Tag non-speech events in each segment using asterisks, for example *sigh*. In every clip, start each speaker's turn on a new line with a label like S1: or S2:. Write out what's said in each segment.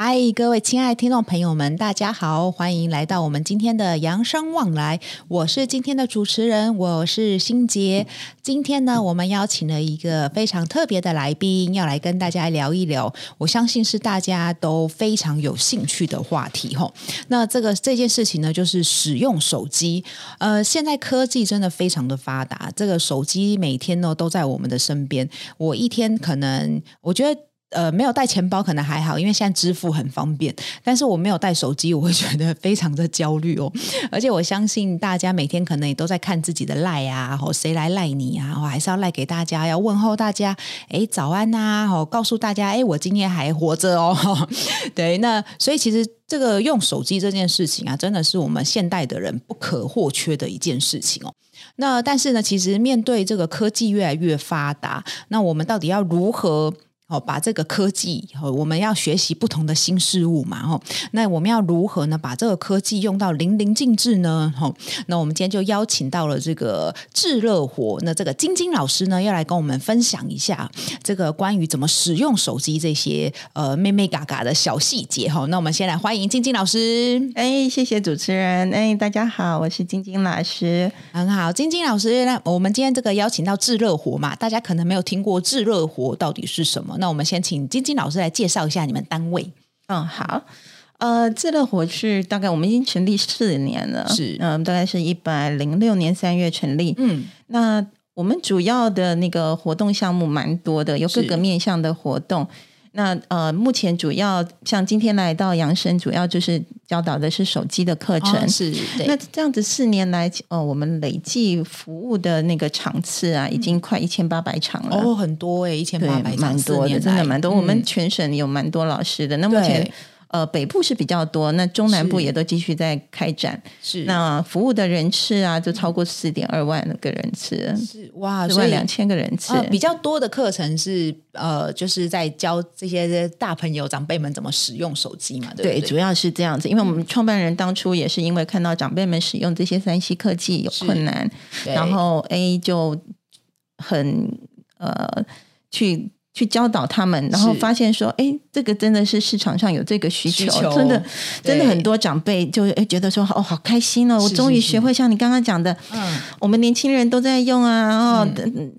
S1: 嗨，各位亲爱听众朋友们，大家好，欢迎来到我们今天的扬声望来，我是今天的主持人，我是心杰。今天呢，我们邀请了一个非常特别的来宾，要来跟大家聊一聊，我相信是大家都非常有兴趣的话题吼。那这个这件事情呢，就是使用手机。呃，现在科技真的非常的发达，这个手机每天呢都在我们的身边。我一天可能，我觉得。呃，没有带钱包可能还好，因为现在支付很方便。但是我没有带手机，我会觉得非常的焦虑哦。而且我相信大家每天可能也都在看自己的赖啊，吼，谁来赖你啊？我还是要赖给大家，要问候大家，哎，早安呐、啊，吼，告诉大家，哎，我今天还活着哦。 *laughs* 吼对，那所以其实这个用手机这件事情啊，真的是我们现代的人不可或缺的一件事情哦。那但是呢，其实面对这个科技越来越发达，那我们到底要如何？哦，把这个科技，哦，我们要学习不同的新事物嘛，哦，那我们要如何呢？把这个科技用到淋漓尽致呢？哦，那我们今天就邀请到了这个智乐活，那这个晶晶老师呢，要来跟我们分享一下这个关于怎么使用手机这些呃妹妹嘎嘎的小细节哈、哦。那我们先来欢迎晶晶老师，
S2: 哎，谢谢主持人。哎，大家好，我是晶晶老师。
S1: 很好，晶晶老师，那我们今天这个邀请到智乐活嘛，大家可能没有听过智乐活到底是什么。那我们先请晶晶老师来介绍一下你们单位。
S2: 嗯，好。呃，自乐活是大概我们已经成立四年了，
S1: 是
S2: 嗯、大概是一百零六年三月成立。
S1: 嗯，
S2: 那我们主要的那个活动项目蛮多的，有各
S1: 是
S2: 个面向的活动。那呃，目前主要像今天来到扬生，主要就是教导的是手机的课程。
S1: 哦是对，
S2: 那这样子四年来，呃，我们累计服务的那个场次啊，已
S1: 嗯
S2: 经快一千八百场了。
S1: 哦，很多哎、欸，一千
S2: 对
S1: 八百，
S2: 蛮多的，真的蛮多。我
S1: 嗯
S2: 们全省有蛮多老师的。那目前
S1: 对
S2: 呃北部是比较多，那中南部
S1: 是
S2: 也都继续在开展。
S1: 是
S2: 那服务的人次啊，就超过四点二万个人次，
S1: 是哇，
S2: 四
S1: 所
S2: 万
S1: 以
S2: 两千个人次
S1: 呃。比较多的课程是呃，就是在教这些大朋友长辈们怎么使用手机嘛，对
S2: 对，嗯
S1: 不对？
S2: 主要是这样子，因为我们创办人当初也是因为看到长辈们使用这些三 C 科技有
S1: 是
S2: 困难，
S1: 对
S2: 然后 A 就很呃去去教导他们，然后
S1: 是
S2: 发现说，哎，这个真的是市场上有这个需求，
S1: 需求
S2: 真的
S1: 对
S2: 真的很多长辈就哎觉得说，哦，好开心哦，我
S1: 是
S2: 终于
S1: 是
S2: 学会像你刚刚讲的，
S1: 嗯，
S2: 我们年轻人都在用啊，哦，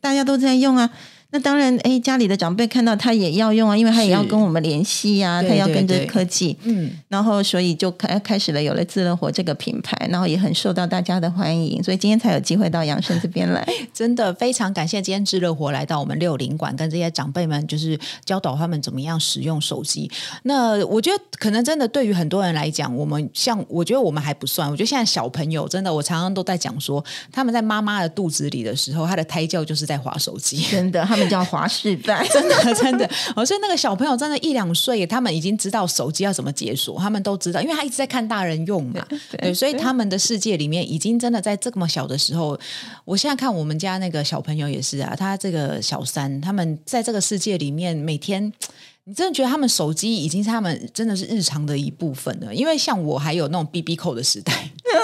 S2: 大家都在用啊。那当然，哎，家里的长辈看到他也要用啊，因为他也
S1: 是
S2: 要跟我们联系呀、
S1: 对
S2: 他也要
S1: 对
S2: 跟着
S1: 对
S2: 科技，
S1: 嗯，
S2: 然后所以就开开始了有了自乐活这个品牌，然后也很受到大家的欢迎，所以今天才有机会到养生这边
S1: *laughs*
S2: 来。
S1: 真的非常感谢今天智乐活来到我们六零馆，跟这些长辈们就是教导他们怎么样使用手机。那我觉得可能真的对于很多人来讲，我们像我觉得我们还不算，我觉得现在小朋友真的，我常常都在讲说，他们在妈妈的肚子里的时候，他的胎教就是在划手机。
S2: 真的，他们叫华世 *laughs* 代，
S1: 真的 *laughs* 真的，哦，所以那个小朋友真的，一两岁，他们已经知道手机要怎么解锁，他们都知道，因为他一直在看大人用嘛， *laughs* 对，所以他们的世界里面已经真的在这么小的时候，我现在看我们家那个小朋友也是啊，他这个小三，他们在这个世界里面每天。你真的觉得他们手机已经是他们真的是日常的一部分了？因为像我还有那种 B B 扣的时代，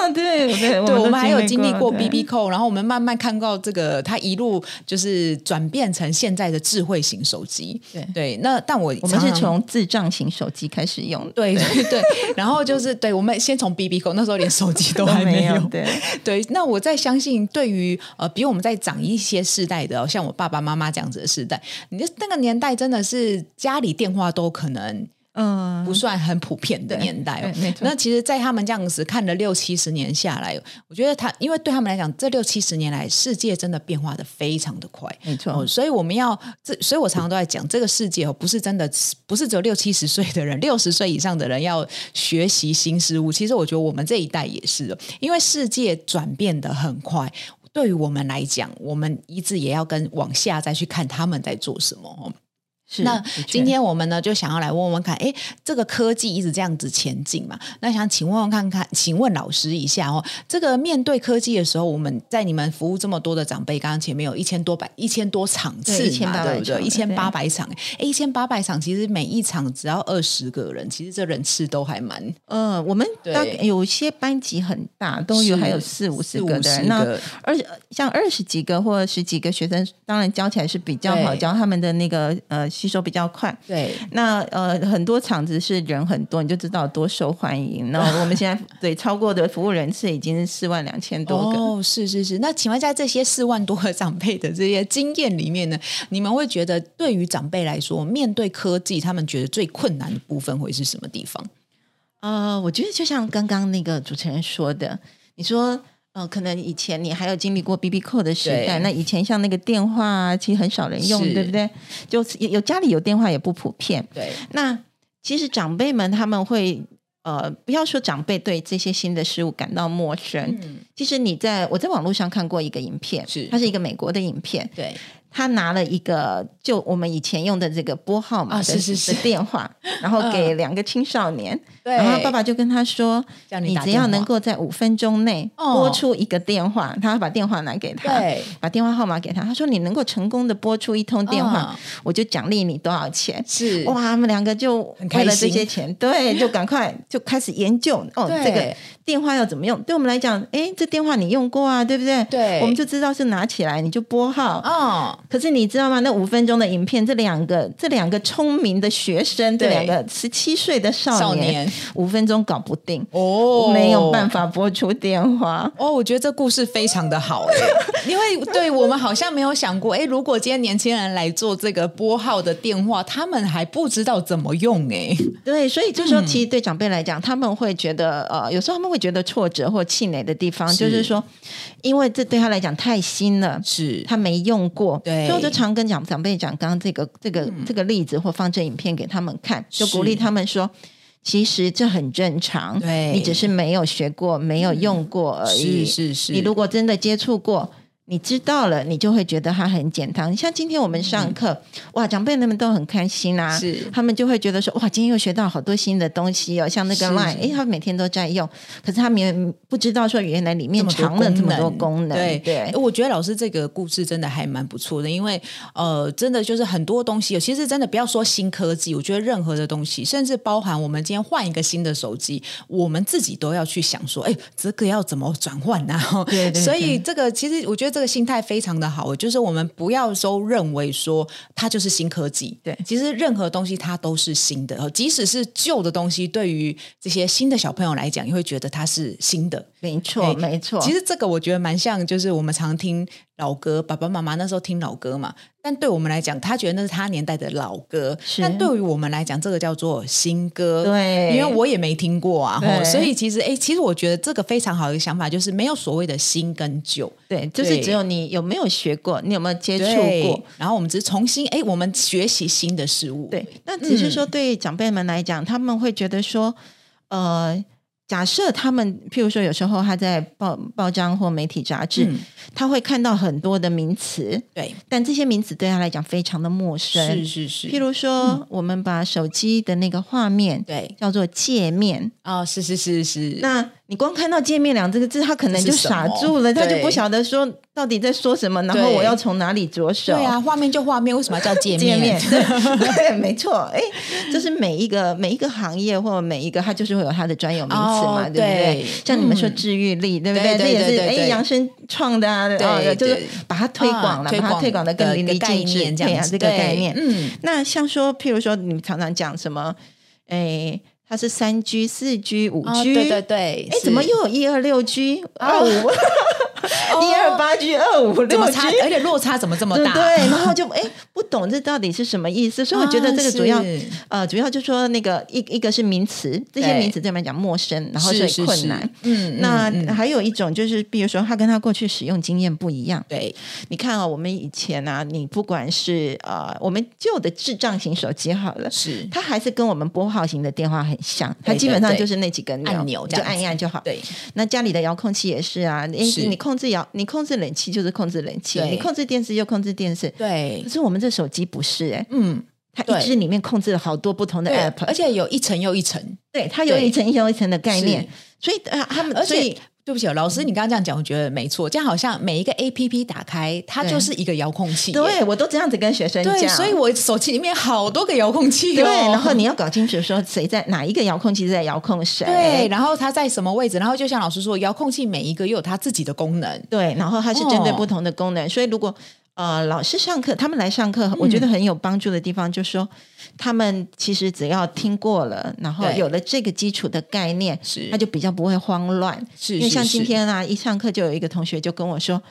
S2: 嗯，对对，
S1: 对，我
S2: 都
S1: 们还有哦经历过
S2: 对
S1: B B 扣，然后我们慢慢看到这个，它一路就是转变成现在的智慧型手机。
S2: 对
S1: 对，那但我
S2: 我们
S1: 常
S2: 是
S1: 常
S2: 从智障型手机开始用的，
S1: 对对对，然后就是对，我们先从 B B 扣，那时候连手 *laughs* 机都还没有。
S2: 对，
S1: 对，那我在相信，对于呃比我们再长一些世代的、哦，像我爸爸妈妈这样子的世代，你的那个年代真的是家里电话都可能
S2: 嗯
S1: 不，算很普遍的年代、哦
S2: 对对没错
S1: 那其实，在他们这样子看了六七十年下来，哦我觉得他，因为对他们来讲，这六七十年来，世界真的变化的非常的快。
S2: 没错
S1: 哦，，所以我们要这，所以我常常都在讲，这个世界哦，不是真的，不是只有六七十岁的人，六十岁以上的人要学习新事物。其实我觉得我们这一代也是哦，因为世界转变的很快。对于我们来讲，我们一直也要跟往下再去看他们在做什么哦。
S2: 是
S1: 那
S2: 的确
S1: 今天我们呢，就想要来问问看，诶，这个科技一直这样子前进嘛？那想请问问看看，请问老师一下哦，这个面对科技的时候，我们在你们服务这么多的长辈，刚刚前面有一千多百、一千多场次
S2: 对
S1: 嘛，
S2: 1800
S1: 对不对？一千
S2: 场
S1: 八百场，哎诶，一千八百场，其实每一场只要二十个人，其实这人次都还蛮
S2: 呃，我们
S1: 对
S2: 大概有些班级很大，都
S1: 是
S2: 有还有四五十
S1: 四五
S2: 个的
S1: 十
S2: 人。那
S1: 个
S2: 二像二十几个或十几个学生，当然教起来是比较好
S1: 对
S2: 教，他们的那个呃吸收比较快。
S1: 对。
S2: 那呃，很多场子是人很多，你就知道有多受欢迎。那 *laughs* 我们现在对超过的服务人次已经是四万两千多个。
S1: 哦，是是是。那请问，在这些四万多个长辈的这些经验里面呢，你们会觉得对于长辈来说，面对科技，他们觉得最困难的部分会是什么地方？
S2: 呃，我觉得就像刚刚那个主持人说的，你说呃，可能以前你还有经历过 B B 扣的时
S1: 对
S2: 代，那以前像那个电话啊，其实很少人用，
S1: 是
S2: 对不对？就是有有家里有电话也不普遍。
S1: 对，
S2: 那其实长辈们他们会。呃，不要说长辈对这些新的事物感到陌生，
S1: 嗯，
S2: 其实你在我在网络上看过一个影片，
S1: 是
S2: 它是一个美国的影片，
S1: 对，
S2: 他拿了一个就我们以前用的这个拨号码的,、
S1: 啊是是是嗯
S2: 的
S1: *laughs*
S2: 电话，然后给两个青少年，
S1: 对
S2: 然后爸爸就跟他说
S1: 叫：“你
S2: 你
S1: 打
S2: 只
S1: 电话
S2: 要能够在五分钟内
S1: 哦
S2: 拨出一个电话，他把电话拿给他
S1: 对，
S2: 把电话号码给他，他说你能够成功的拨出一通电话，
S1: 嗯
S2: 我就奖励你多少钱。”
S1: 是哦
S2: 哇，他们两个就
S1: 很开心
S2: 为了这些钱，对，就赶快就开始研究哦，
S1: 对
S2: 这个电话要怎么用？对我们来讲，诶，这电话你用过啊，对不对？
S1: 对
S2: 我们就知道是拿起来你就拨号。
S1: 哦，
S2: 可是你知道吗？那五分钟的影片，这两个这两个聪明的学生，这
S1: 对
S2: 两个十七岁的
S1: 少
S2: 少
S1: 年
S2: 年，五分钟搞不定，
S1: 哦
S2: 没有办。法拨出电话。
S1: 哦，我觉得这故事非常的好哎、 *laughs* 因为对我们好像没有想过，哎、如果今天年轻人来做这个拨号的电话，他们还不知道怎么用哎、
S2: 对，所以这时候其实对长辈来讲，他们会觉得呃，有时候他们会觉得挫折或气馁的地方，
S1: 是
S2: 就是说，因为这对他来讲太新了。
S1: 是
S2: 他没用过，
S1: 对嗯
S2: 所以我就常跟长长辈讲，刚刚这个这个、这个例子或放这影片给他们看，就是鼓励他们说，其实这很正常，
S1: 对
S2: 你只是没有学过，没有用过而已。
S1: 是是是，
S2: 你如果真的接触过，你知道了，你就会觉得它很简单。像今天我们上课，哇，长辈们都很开心啊，
S1: 嗯是
S2: 他们就会觉得说，哇，今天又学到好多新的东西哦，像那个
S1: 是
S2: Line，哎，他们每天都在用，可是他们也不知道说原来里面藏了这么多功能，
S1: 对哎
S2: 对
S1: 我觉得老师这个故事真的还蛮不错的，因为呃，真的就是很多东西，其实真的不要说新科技，我觉得任何的东西，甚至包含我们今天换一个新的手机，我们自己都要去想说，哎，这个要怎么转换 *laughs* 呢、啊？
S2: 对对
S1: 所以这个其实我觉得这个心态非常的好，就是我们不要都认为说它就是新科技，
S2: 对
S1: 其实任何东西它都是新的，呃即使是旧的东西，对于这些新的小朋友来讲，也会觉得它是新的。
S2: 没错，
S1: 哎
S2: 没错。
S1: 其实这个我觉得蛮像，就是我们常听老歌，爸爸妈妈那时候听老歌嘛。但对我们来讲，他觉得那是他年代的老歌，
S2: 是
S1: 但对于我们来讲，这个叫做新歌。
S2: 对
S1: 因为我也没听过啊，吼
S2: 对
S1: 所以其实哎、其实我觉得这个非常好的一个想法，就是没有所谓的新跟旧。
S2: 对，就是
S1: 对
S2: 只有你有没有学过，你有没有接触过
S1: 对？，然后我们只是重新哎、我们学习新的事物。
S2: 对，那只是说对长辈们来讲，他们会觉得说，呃，假设他们，譬如说有时候他在报报章或媒体杂志，
S1: 嗯
S2: 他会看到很多的名词，
S1: 对，
S2: 但这些名词对他来讲非常的陌
S1: 是
S2: 生。
S1: 是是，
S2: 譬如说，我们把手机的那个画面
S1: 对
S2: 叫做界面，
S1: 哦，是是是是，
S2: 那你光看到“界面”两这个字，他可能
S1: 这
S2: 就是
S1: 什么
S2: 傻住了，他就
S1: 对
S2: 不晓得说到底在说什么，然后
S1: 对
S2: 我要从哪里着手？
S1: 对啊，画面就画面，为什么要叫界
S2: 哦 *laughs* 界面，对，对 *laughs* 没错，哎，就是每一个每一个行业或每一个，它就是会有它的专有名词
S1: 哦
S2: 嘛，对不
S1: 对
S2: 对？像你们说治愈力，对不
S1: 对对
S2: 对？这
S1: 对
S2: 也
S1: 对
S2: 是哎
S1: 对
S2: 杨生创的啊，
S1: 对
S2: 哦就是
S1: 对
S2: 把它推
S1: 啊
S2: 广了，把它推广的更
S1: 一
S2: 淋
S1: 个
S2: 漓
S1: 概
S2: 尽致，
S1: 念这
S2: 对
S1: 样
S2: 啊，
S1: 子
S2: 这个
S1: 对
S2: 概念。
S1: 嗯，
S2: 那像说，譬如说，你们常常讲什么？哎，它是三 G、四 G、五
S1: 哦
S2: G，
S1: 对对对，
S2: 哎，
S1: 是
S2: 怎么又有一二六 G、二五、 *laughs* 一二八 G、二五
S1: 怎
S2: 六
S1: 哦么
S2: G？
S1: 差，而且落差怎么这么
S2: 对
S1: 大？
S2: 对，然后就哎不懂这到底是什么意思，所以我觉得这个主要、
S1: 啊是
S2: 呃主要就说那个一一个是名词，这些
S1: 对
S2: 名词对我们来讲陌生，然后
S1: 是
S2: 所
S1: 是
S2: 以困难。
S1: 是嗯，
S2: 那啊
S1: 嗯嗯
S2: 还有一种就是，比如说他跟他过去使用经验不一样。
S1: 对
S2: 你看啊、我们以前啊，你不管是呃我们旧的智障型手机好了。
S1: 是，
S2: 它还是跟我们拨号型的电话很像，它
S1: 对
S2: 基本上
S1: 对
S2: 就是那几个钮
S1: 按钮这
S2: 就
S1: 样子
S2: 按一按就好。
S1: 对
S2: 那家里的遥控器也是啊，你
S1: 是
S2: 你控制遥，你控制冷气就是控制冷气，
S1: 对
S2: 你控制电视就控制电视，
S1: 对
S2: 可，是我们这手机不是哎、
S1: 嗯，
S2: 它
S1: 对
S2: 一支里面控制了好多不同的
S1: 对，
S2: app，
S1: 而且有一层又一层。
S2: 对，它有
S1: 对
S2: 一层一层一层的概念，所以呃，他们
S1: 而
S2: 所
S1: 且
S2: 以
S1: 对不起哦，老师，你刚刚这样讲，我觉得没错。这样好像每一个 A P P 打开，它
S2: 对
S1: 就是一个遥控器耶。
S2: 对我都这样子跟学生讲，
S1: 对，所以我手机里面好多个遥控器、哦。
S2: 对，然后你要搞清楚说谁在哪一个遥控器在遥控
S1: *laughs*
S2: 谁，
S1: 对，然后它在什么位置？然后就像老师说，遥控器每一个又有它自己的功能。
S2: 对，然后它是针对
S1: 哦
S2: 不同的功能，所以如果呃老师上课，他们来上课，
S1: 嗯
S2: 我觉得很有帮助的地方，就是说他们其实只要听过了，然后
S1: 对
S2: 有了这个基础的概念，
S1: 是
S2: 那就比较不会慌乱。
S1: 是
S2: 因为
S1: 是
S2: 像
S1: 是
S2: 今天啊，一上课就有一个同学就跟我说。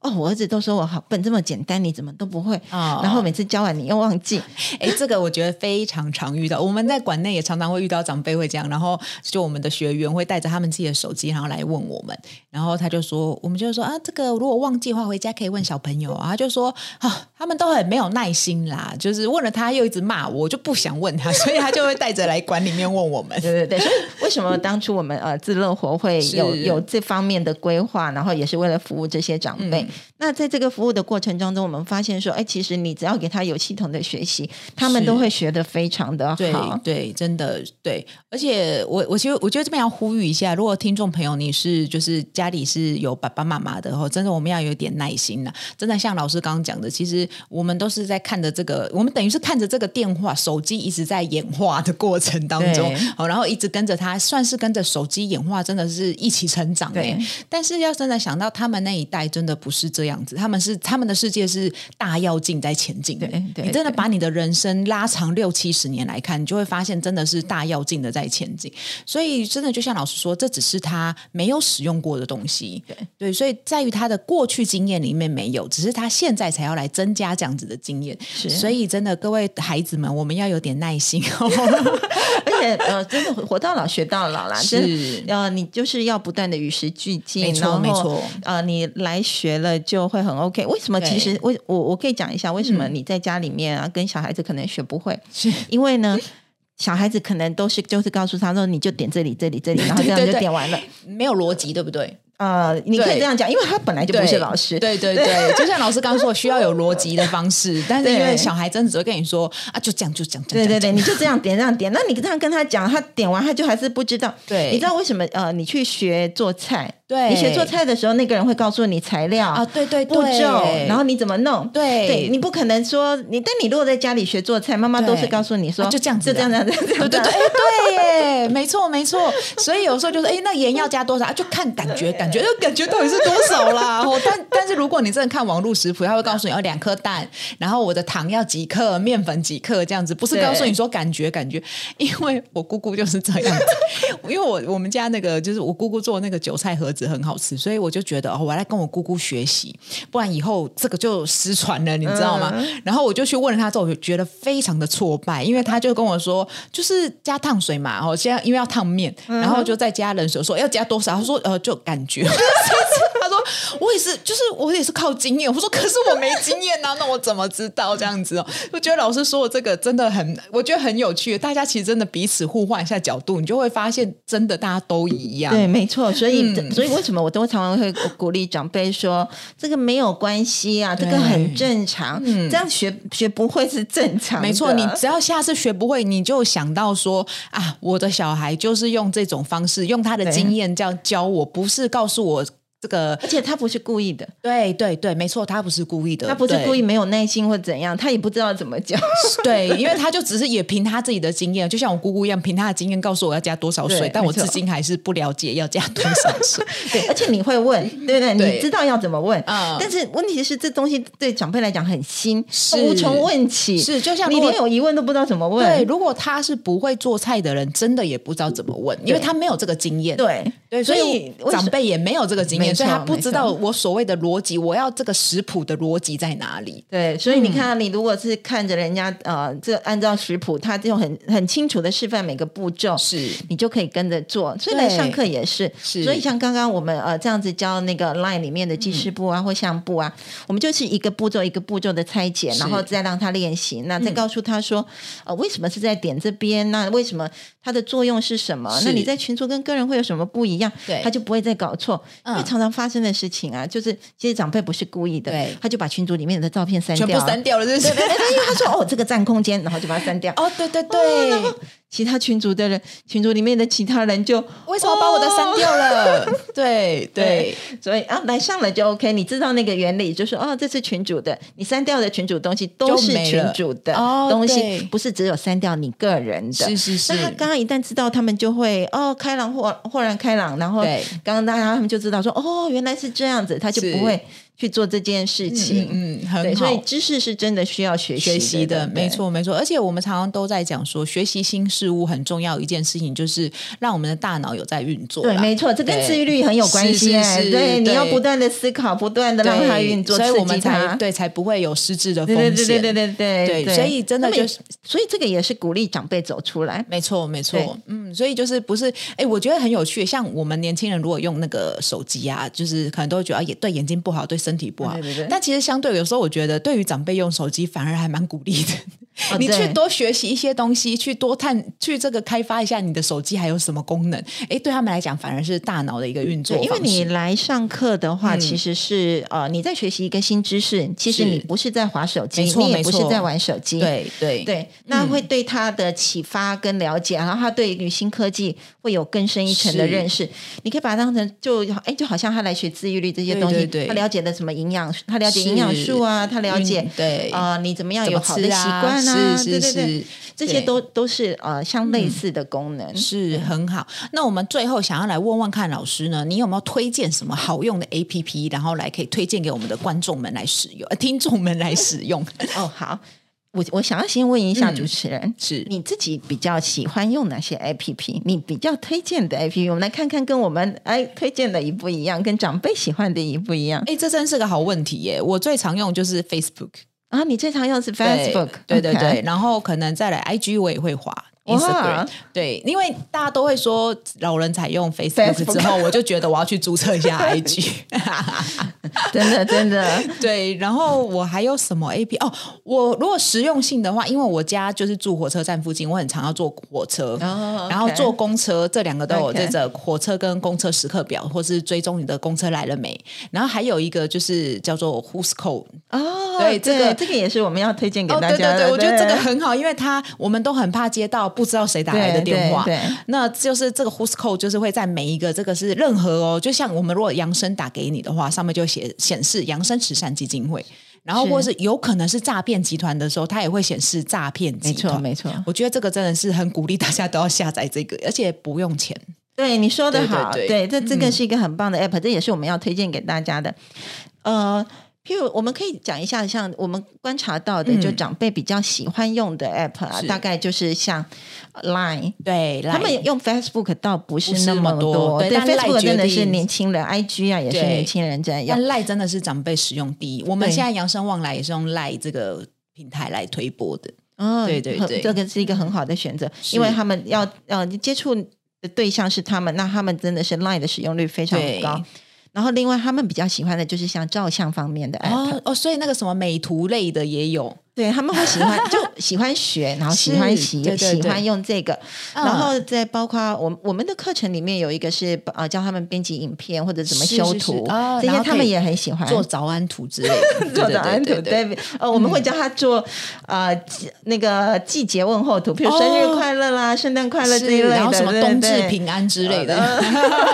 S2: 哦，我儿子都说我好笨，这么简单你怎么都不会？
S1: 哦
S2: 然后每次教完你又忘记，
S1: 哎，这个我觉得非常常遇到，我们在馆内也常常会遇到长辈会这样，然后就我们的学员会带着他们自己的手机，然后来问我们，然后他就说，我们就说啊，这个如果忘记的话，回家可以问小朋友啊，他就说啊，他们都很没有耐心啦，就是问了他又一直骂我，我就不想问他，所以他就会带着来馆里面问我们。
S2: 对对对，所以为什么当初我们呃自乐活会有
S1: 是
S2: 有这方面的规划，然后也是为了服务这些长辈。
S1: 嗯
S2: 那在这个服务的过程当中，我们发现说，哎，其实你只要给他有系统的学习，他们
S1: 是
S2: 都会学得非常的
S1: 对
S2: 好。
S1: 对，真的对，而且我我其实我觉得这边要呼吁一下，如果听众朋友你是就是家里是有爸爸妈妈的哦，真的我们要有点耐心呐、真的像老师刚刚讲的，其实我们都是在看着这个，我们等于是看着这个电话、手机一直在演化的过程当中 *laughs*
S2: 对，
S1: 好，然后一直跟着它，算是跟着手机演化，真的是一起成长哎、
S2: 对
S1: 但是要真的想到他们那一代，真的不是这样子，他们是他们的世界是大跃进在前进的。
S2: 对对
S1: 你真的把你的人生拉长六七十年来看，你就会发现真的是大跃进的在前进。所以真的就像老师说，这只是他没有使用过的东西。
S2: 对
S1: 对，所以在于他的过去经验里面没有，只是他现在才要来增加这样子的经验。
S2: 是
S1: 所以真的各位孩子们，我们要有点耐心哦。
S2: *laughs* 而且呃，真的活到老学到老啦，真
S1: 是
S2: 的呃，你就是要不断的与时俱进，
S1: 没错
S2: 然后
S1: 没错
S2: 呃，你来学了就会很 OK。为什么？
S1: 对
S2: 其实为我我可以讲一下，为什么你在家里面啊、跟小孩子可能学不会，
S1: 是
S2: 因为呢。小孩子可能都是就是告诉他说，你就点这里这里
S1: *laughs*
S2: 这里，然后这样
S1: 对对
S2: 就
S1: 对
S2: 点完了。
S1: 没有逻辑，对不对？
S2: 呃，你可以
S1: 对
S2: 这样讲，因为他本来就
S1: 对
S2: 不是老师。
S1: 对对
S2: *laughs*
S1: 对，就像老师刚刚说，需要有逻辑的方式，但是因为
S2: 对
S1: 小孩真的只会跟你说啊，就这样，就这样，这
S2: 对
S1: 样
S2: 对
S1: 这样
S2: 对，你就这样点这样点，那你这样跟他讲，他点完他就还是不知道。
S1: 对
S2: 你知道为什么？呃，你去学做菜，
S1: 对
S2: 你学做菜的时候，那个人会告诉你材料
S1: 啊，对对对，
S2: 步骤，然后你怎么弄？
S1: 对
S2: 对你不可能说你，但你如果在家里学做菜，妈妈都是
S1: 对
S2: 告诉你说、
S1: 啊就这样子
S2: 就这样这样这样
S1: *laughs* 对
S2: 这样。
S1: 对对，哎，对耶，没错没错。所以有时候就是，哎，那盐要加多少啊？就看感觉，感觉，感觉到底是多少啦。哦，但但是如果你真的看网络食谱，他会告诉你要哦两颗蛋，然后我的糖要几克，面粉几克这样子，不是
S2: 对
S1: 告诉你说感觉感觉。因为我姑姑就是这样子， *laughs* 因为我我们家那个就是我姑姑做那个韭菜盒子很好吃，所以我就觉得哦，我要来跟我姑姑学习，不然以后这个就失传了，你知道吗？然后我就去问了他之后，我就觉得非常的挫败，因为他就跟我说，就是加烫水嘛，哦，现在因为要烫面，
S2: 嗯
S1: 然后就再加冷水，我说要加多少？他说呃，就感觉。 *laughs* 他说我也是，就是我也是靠经验。我说可是我没经验啊呐、那我怎么知道这样子哦？我觉得老师说的这个真的很，我觉得很有趣。大家其实真的彼此互换一下角度，你就会发现真的大家都一样。
S2: 对，没错，所
S1: 嗯
S2: 以、所以为什么我都常常会鼓励长辈说，这个没有关系啊，这个很正常，这样学学不会是正常
S1: 嗯
S2: 的。
S1: 没错，你只要下次学不会，你就想到说啊，我的小孩就是用这种方式，用他的
S2: 对
S1: 经验这样教我，不是告诉我这个。
S2: 而且他不是故意的，
S1: 对对对，没错，他不是故意的，
S2: 他不是
S1: 对
S2: 故意没有耐心或怎样，他也不知道怎么教。
S1: *laughs* 对，因为他就只是也凭他自己的经验，就像我姑姑一样，凭她的经验告诉我要加多少水
S2: 对，
S1: 但我
S2: 没错
S1: 至今还是不了解要加多少 *laughs* 水。
S2: 对，而且你会问，
S1: *laughs*
S2: 对不对？
S1: 对
S2: 你知道要怎么问，
S1: 嗯
S2: 但是问题是这东西对长辈来讲很新，
S1: 是
S2: 无从问起，
S1: 是就像
S2: 你
S1: 如果
S2: 连有疑问都不知道怎么
S1: 对，
S2: 问。
S1: 如果他是不会做菜的人，真的也不知道怎么问，因为他没有这个经验。
S2: 对
S1: 对，所
S2: 所
S1: 以
S2: 以为什
S1: 长辈也没有这个经验，
S2: 没
S1: 所以
S2: 错
S1: 他不知道
S2: 没
S1: 我所谓的逻辑，我要这个食谱的逻辑在哪里。
S2: 对，所以你看，你如果是看着人家呃，这按照食谱，他这种很很清楚的示范每个步骤，
S1: 是
S2: 你就可以跟着做。所以
S1: 对
S2: 来上课也是，
S1: 是
S2: 所以像刚刚我们呃这样子教那个 line 里面的记事簿
S1: 嗯
S2: 啊、或相簿啊，我们就是一个步骤一个步骤的拆解，
S1: 是嗯
S2: 然后再让他练习，那再告诉他说，呃，为什么是在点这边？那为什么它的作用是什么？
S1: 是
S2: 那你在群组跟个人会有什么不一一样，
S1: 对
S2: 他就不会再搞错。
S1: 嗯
S2: 因为常常发生的事情啊，就是其实长辈不是故意的
S1: 对，
S2: 他就把群组里面的照片删掉
S1: 全
S2: 啊，
S1: 部删掉了，是不
S2: 对。对
S1: 是？
S2: 对对，因为他说哦，这个占空间，然后就把它删掉。
S1: 哦，对对
S2: 哦
S1: 对，
S2: 然后其他群组的人，群组里面的其他人就
S1: *laughs*
S2: 哦
S1: 为什么把我的删掉了？ *laughs* 对对，
S2: 所以啊，来上了就 OK，你知道那个原理，就说哦，这是群主的，你删掉的群主东西都
S1: 就是没
S2: 群
S1: 了
S2: 主的
S1: 哦
S2: 东
S1: 对
S2: 西，不是只有删掉你个人的。
S1: 是是是
S2: 那，他刚刚一旦知道，他们就会哦开朗豁豁然开朗，然后
S1: 对
S2: 刚刚大家他们就知道说哦原来是这样子，他就是不会去做这件事
S1: 嗯
S2: 情。
S1: 嗯，
S2: 对，
S1: 很
S2: 所以
S1: 好。
S2: 知识是真的需要学习
S1: 学习的，
S2: 对不对
S1: 没错没错，而且我们常常都在讲说，学习新事物很重要一件事情，就是让我们的大脑有在运作啦。
S2: 对，没错，这跟
S1: 对
S2: 自律力很有关系、
S1: 是
S2: 欸。
S1: 是是
S2: 对，你
S1: 对
S2: 要不断的思考，不断的让它
S1: 对
S2: 运作，
S1: 所以我们
S2: 刺激它
S1: 才对才不会有失智的风
S2: 对
S1: 险。
S2: 对对对对
S1: 对所以真的
S2: 那么也
S1: 就是
S2: 所以这个也是鼓励长辈走出来。
S1: 没错，没
S2: 对
S1: 错，嗯，所以就是不是，哎，我觉得很有趣。像我们年轻人如果用那个手机啊，就是可能都会觉得啊也对眼睛不好，对身体不好。
S2: 啊对对对
S1: 但其实相对有时候，我觉得对于长辈用手机反而还蛮鼓
S2: *laughs*
S1: 励的。
S2: 哦
S1: 你去
S2: 对
S1: 多学习一些东西，去多探，去这个开发一下你的手机还有什么功能。哎，对他们来讲反而是大脑的一个运作
S2: 对，
S1: 方
S2: 因
S1: 式。嗯
S2: 为你来上课的话，其实是呃你在学习一个新知识，其实
S1: 是
S2: 你不是在划手机，
S1: 没错
S2: 你也
S1: 没
S2: 不
S1: 错
S2: 是在玩手机，
S1: 对对
S2: 对，那会对他的启发跟了解，然后他对于新科技会有更深一层
S1: 嗯
S2: 的
S1: 是
S2: 认识。你可以把它当成就哎，就好像他来学自愈力这些
S1: 对
S2: 东西，
S1: 对对
S2: 他了解的什么营养，他了解营养
S1: 是
S2: 素啊，他了解
S1: 嗯对
S2: 啊、呃你怎么样
S1: 怎么
S2: 有好的
S1: 吃
S2: 习
S1: 啊
S2: 惯
S1: 是是
S2: 对对对
S1: 是，
S2: 这
S1: 对嗯
S2: 些都都是呃相类似的功能。
S1: 是很好。那我们最后想要来问问看老师呢，你有没有推荐什么好用的 APP，然后来可以推荐给我们的观众们来使用，呃，听众们来使用？ *laughs*
S2: 哦，好，我我想要先问一下
S1: 嗯
S2: 主持人，
S1: 是
S2: 你自己比较喜欢用哪些 APP？你比较推荐的 APP，我们来看看跟我们哎推荐的一不一样，跟长辈喜欢的一不一样
S1: 哎，这真是个好问题耶！我最常用就是 Facebook、
S2: 啊？你最常用的是 Facebook，
S1: 对对对
S2: OK
S1: 对，然后可能再来 IG 我也会滑。
S2: 哇
S1: Instagram 对，因为大家都会说老人才用 Facebook 之后，我就觉得我要去注册一下 *laughs* IG。
S2: *laughs* 真的
S1: *laughs*
S2: 真的，
S1: 对，然后我还有什么 A P 哦？我如果实用性的话，因为我家就是住火车站附近，我很常要坐火车，
S2: 哦，OK
S1: 然后坐公车，这两个都有
S2: OK
S1: 这个火车跟公车时刻表，或是追踪你的公车来了没。然后还有一个就是叫做 Who's Call，
S2: 哦，
S1: 对这个
S2: 这个也是我们要推荐给大
S1: 对哦
S2: 家
S1: 对
S2: 的。
S1: 对，我觉得这个很好，因为他我们都很怕接到不知道谁打来的电话，
S2: 对对对
S1: 那就是这个 Who's Call 就是会在每一个这个是任何哦，就像我们如果扬生打给你的话，上面就写显示扬生慈善基金会，然后
S2: 是
S1: 或是有可能是诈骗集团的时候，它也会显示诈骗集
S2: 没错
S1: 团。
S2: 没错，
S1: 我觉得这个真的是很鼓励大家都要下载这个，而且不用钱。
S2: 对你说的
S1: 对对
S2: 好，
S1: 对嗯
S2: 这这个是一个很棒的 app，、这也是我们要推荐给大家的。呃，譬如我们可以讲一下，像我们观察到的，
S1: 嗯
S2: 就长辈比较喜欢用的 app 啊，
S1: 是
S2: 大概就是像 Line。
S1: 对，
S2: 他
S1: 来
S2: 们用 Facebook 倒不
S1: 不是
S2: 是
S1: 那
S2: 那
S1: 么
S2: 么
S1: 多对
S2: 对
S1: 但 Line
S2: Facebook 真的
S1: 决
S2: 是
S1: 定
S2: 年轻人，IG 啊也是
S1: 对
S2: 年轻人在
S1: 但
S2: 用。
S1: 赖真的是长辈使用第一。我们
S2: 对
S1: 现在扬生望来也是用赖这个平台来推播的。
S2: 哦
S1: 对对对
S2: 这个是一个很好的选择，
S1: 是
S2: 因为他们要呃接触的对象是他们，那他们真的是 Line 的使用率非常
S1: 对
S2: 高。然后另外他们比较喜欢的就是像照相方面的 app，、
S1: 哦哦，所以那个什么美图类的也有，
S2: 对他们会
S1: *laughs*
S2: 喜欢，就喜欢学，然后喜欢
S1: 是
S2: 习，
S1: 对对对
S2: 喜欢用这个，
S1: 嗯
S2: 然后再包括我们我们的课程里面有一个是呃教他们编辑影片或者怎么
S1: 是
S2: 修
S1: 是是
S2: 图，
S1: 哦
S2: 这
S1: 然后
S2: 些他
S1: 可
S2: 们
S1: 以
S2: 也很喜欢
S1: 做早安图之类
S2: *laughs*
S1: 的，
S2: 嗯做早安图，
S1: 对对对对。
S2: 对，呃，我们会教他做呃季那个季节问候图，比如生日
S1: 哦
S2: 快乐啦、圣诞快乐这一
S1: 是，
S2: 类的，
S1: 然后什么
S2: 对
S1: 冬至
S2: 对呃
S1: 平安之类的，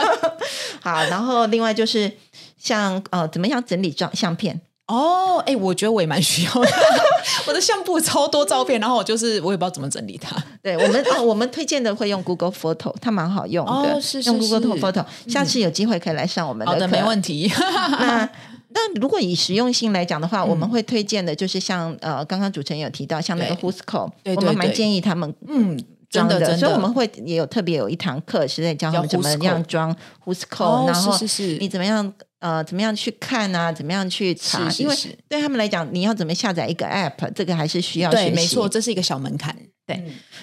S2: *laughs* 好，然后另外就是像呃怎么样整理照相片，
S1: *laughs* 哦，哎、我觉得我也蛮需要的。 *laughs* 我的相簿超多照片，然后我就是我也不知道怎么整理它。
S2: 对我们哦，我们推荐的会用 Google Photo，它蛮好用的，
S1: 哦是是
S2: 用 Google
S1: 是嗯
S2: Photo。下次有机会可以来上我们
S1: 好
S2: 的
S1: 的，
S2: 课。
S1: 没问题。 *laughs*
S2: 那那如果以实用性来讲的话，我们会推荐的就是像呃，刚刚主持人有提到，像那个
S1: 嗯对
S2: Who's Call，
S1: 对对
S2: 我们蛮
S1: 对
S2: 建议他们
S1: 嗯，真
S2: 装
S1: 的真
S2: 所以我
S1: 的
S2: 们，会也有特别有一堂课是在教他们
S1: 叫
S2: 怎
S1: Who's
S2: 么样装 Who's
S1: 哦
S2: Call，然后
S1: 是是是
S2: 你怎么样呃怎么样去看啊，怎么样去查，
S1: 是是
S2: 因为
S1: 是
S2: 对他们来讲，你要怎么下载一个 App，这个还是需要学
S1: 对，
S2: 习。
S1: 没错，这是一个小门槛。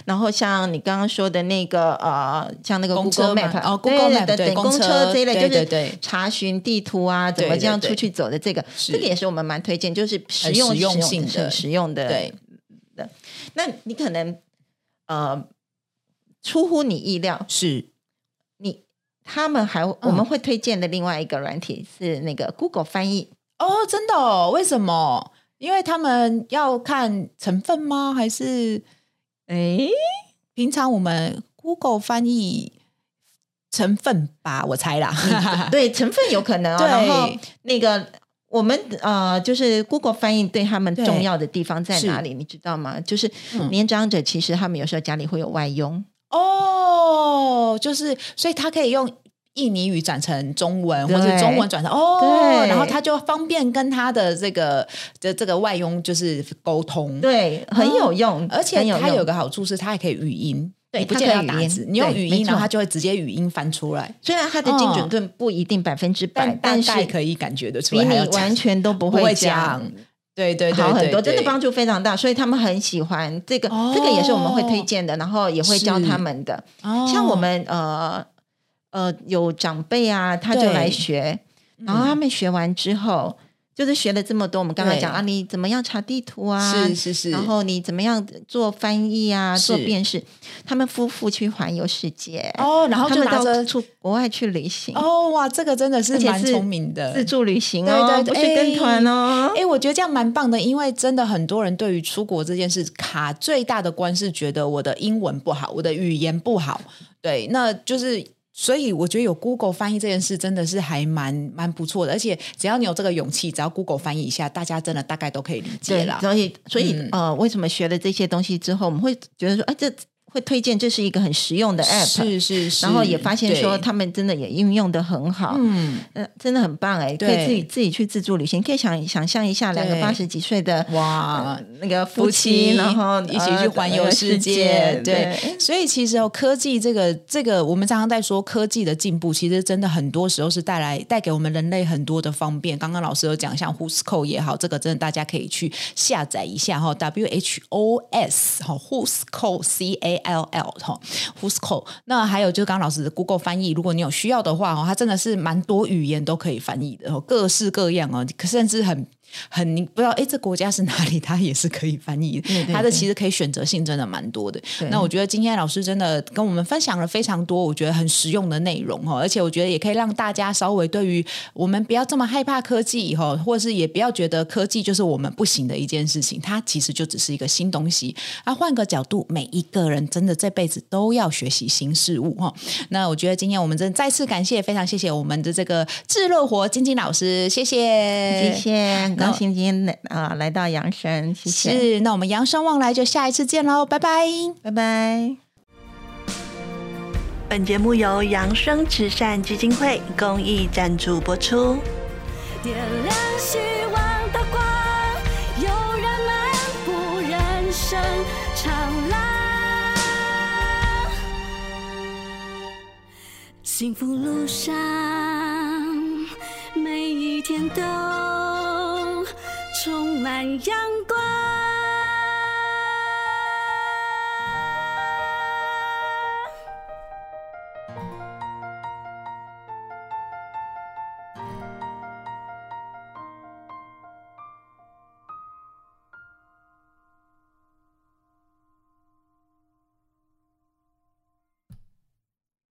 S2: 然后像你刚刚说的那个呃，像那个
S1: 公车
S2: Google
S1: 嘛
S2: Map
S1: 哦，Google
S2: 对
S1: Map，
S2: 对
S1: 对
S2: 对，
S1: 公
S2: 公
S1: 车
S2: 这一类
S1: 对
S2: 就
S1: 对
S2: 是
S1: 对
S2: 查询地图啊，怎
S1: 对
S2: 么
S1: 对
S2: 这样
S1: 对
S2: 出去走的这个，
S1: 是
S2: 这个也是我们蛮推荐，就是实用
S1: 很实用
S2: 用
S1: 性的
S2: 很实用的。
S1: 对，
S2: 那你可能呃出乎你意料，
S1: 是
S2: 你他们还
S1: 嗯
S2: 我们会推荐的另外一个软体是那个 Google 翻译，
S1: 哦，真的哦？为什么？因为他们要看成分吗？还是
S2: 诶，
S1: 平常我们 Google 翻译成分吧？我猜啦。
S2: *laughs* 对，成分有可能哦。
S1: 啊对
S2: 然后那个我们呃，就是 Google 翻译对他们
S1: 对
S2: 重要的地方在哪里？你知道吗？就是
S1: 嗯
S2: 年长者其实他们有时候家里会有外佣，
S1: 哦，就是，所以他可以用印尼语转成中文，或者
S2: 对
S1: 中文转成哦，
S2: 对
S1: 然后他就方便跟他的这个的这个外佣就是沟通。
S2: 对，很有用，
S1: 哦而且
S2: 很有
S1: 它
S2: 用
S1: 有个好处是，它还可以语音，
S2: 对
S1: 你不见得要
S2: 它
S1: 打
S2: 可以语音
S1: 字，你用
S2: 对
S1: 语音，
S2: 没错
S1: 然后它就会直接语音翻出来，
S2: 虽然它的精准度不一定百分之百，
S1: 哦但大
S2: 但是
S1: 概可以感觉得出
S2: 比
S1: 来，还
S2: 你
S1: 有
S2: 完全都不
S1: 不会
S2: 讲
S1: 讲。，对对对，
S2: 好很多，
S1: 对
S2: 真的
S1: 对
S2: 帮助非常大，所以他们很喜欢这个，
S1: 哦
S2: 这个也是我们会推荐的，然后也会教他们的。
S1: 哦
S2: 像我们呃呃有长辈啊，他就
S1: 对嗯
S2: 来学，然后他们学完之后，就是学了这么多，我们刚刚
S1: 对
S2: 讲啊，你怎么样查地图啊，
S1: 是是是，
S2: 然后你怎么样做翻译啊，
S1: 是
S2: 做辨识，他们夫妇去环游世界，
S1: 哦，然后
S2: 他
S1: 就
S2: 们
S1: 拿
S2: 到
S1: 着
S2: 出国外去旅行，
S1: 哦哇，这个真的是
S2: 而且
S1: 蛮
S2: 是
S1: 聪明的，
S2: 自助旅行哦，
S1: 对对对
S2: 不是跟团哦
S1: 哎、。我觉得这样蛮棒的，因为真的很多人对于出国这件事卡最大的关是觉得我的英文不好，我的语言不好。对，那就是所以我觉得有 Google 翻译这件事真的是还蛮蛮不错的，而且只要你有这个勇气，只要 Google 翻译一下，大家真的大概都可以理解
S2: 对
S1: 了。
S2: 所以所以、
S1: 嗯
S2: 呃，为什么学了这些东西之后，我们会觉得说，哎，这会推荐这是一个很实用的 app，
S1: 是是是，
S2: 然后也发现说
S1: 对
S2: 他们真的也运用的很好，
S1: 嗯，
S2: 嗯、真的很棒哎，可
S1: 对
S2: 以自己自己去自助旅行，可以想想象一下两个
S1: 对
S2: 八十几岁的。
S1: 哇
S2: 呃，那个
S1: 夫
S2: 夫
S1: 妻，
S2: 妻，然后呃
S1: 一起去环游世界，对，所以其实哦，科技这个这个，我们常常在说科技的进步，其实真的很多时候是带来带给我们人类很多的方便。刚刚老师有讲，像 Whosco 也好，这个真的大家可以去下载一下哈、w H O S 哈、Whosco C A L L 哈、Whosco。那还有就是刚刚老师的 Google 翻译，如果你有需要的话哦，它真的是蛮多语言都可以翻译的哦，各式各样哦，甚至很。很你不知道哎，这国家是哪里？它也是可以翻译的，
S2: 对对
S1: 它的
S2: 对
S1: 其实可以选择性真的蛮多的。
S2: 对
S1: 那我觉得今天老师真的跟我们分享了非常多，我觉得很实用的内容哦，而且我觉得也可以让大家稍微对于我们不要这么害怕科技以后，或是也不要觉得科技就是我们不行的一件事情，它其实就只是一个新东西。啊，换个角度，每一个人真的这辈子都要学习新事物哈、哦。那我觉得今天我们真的再次感谢，非常谢谢我们的这个智乐活晶晶老师，谢
S2: 谢谢，很高兴今天来啊、来到扬生，谢谢，
S1: 是，那我们扬生望来就下一次见喽，拜拜。
S2: 拜拜。
S3: 本节目由扬生慈善基金会公益赞助播出。
S4: 点亮希望的光，有人漫步人生长廊，幸福路上每一天都充满阳光。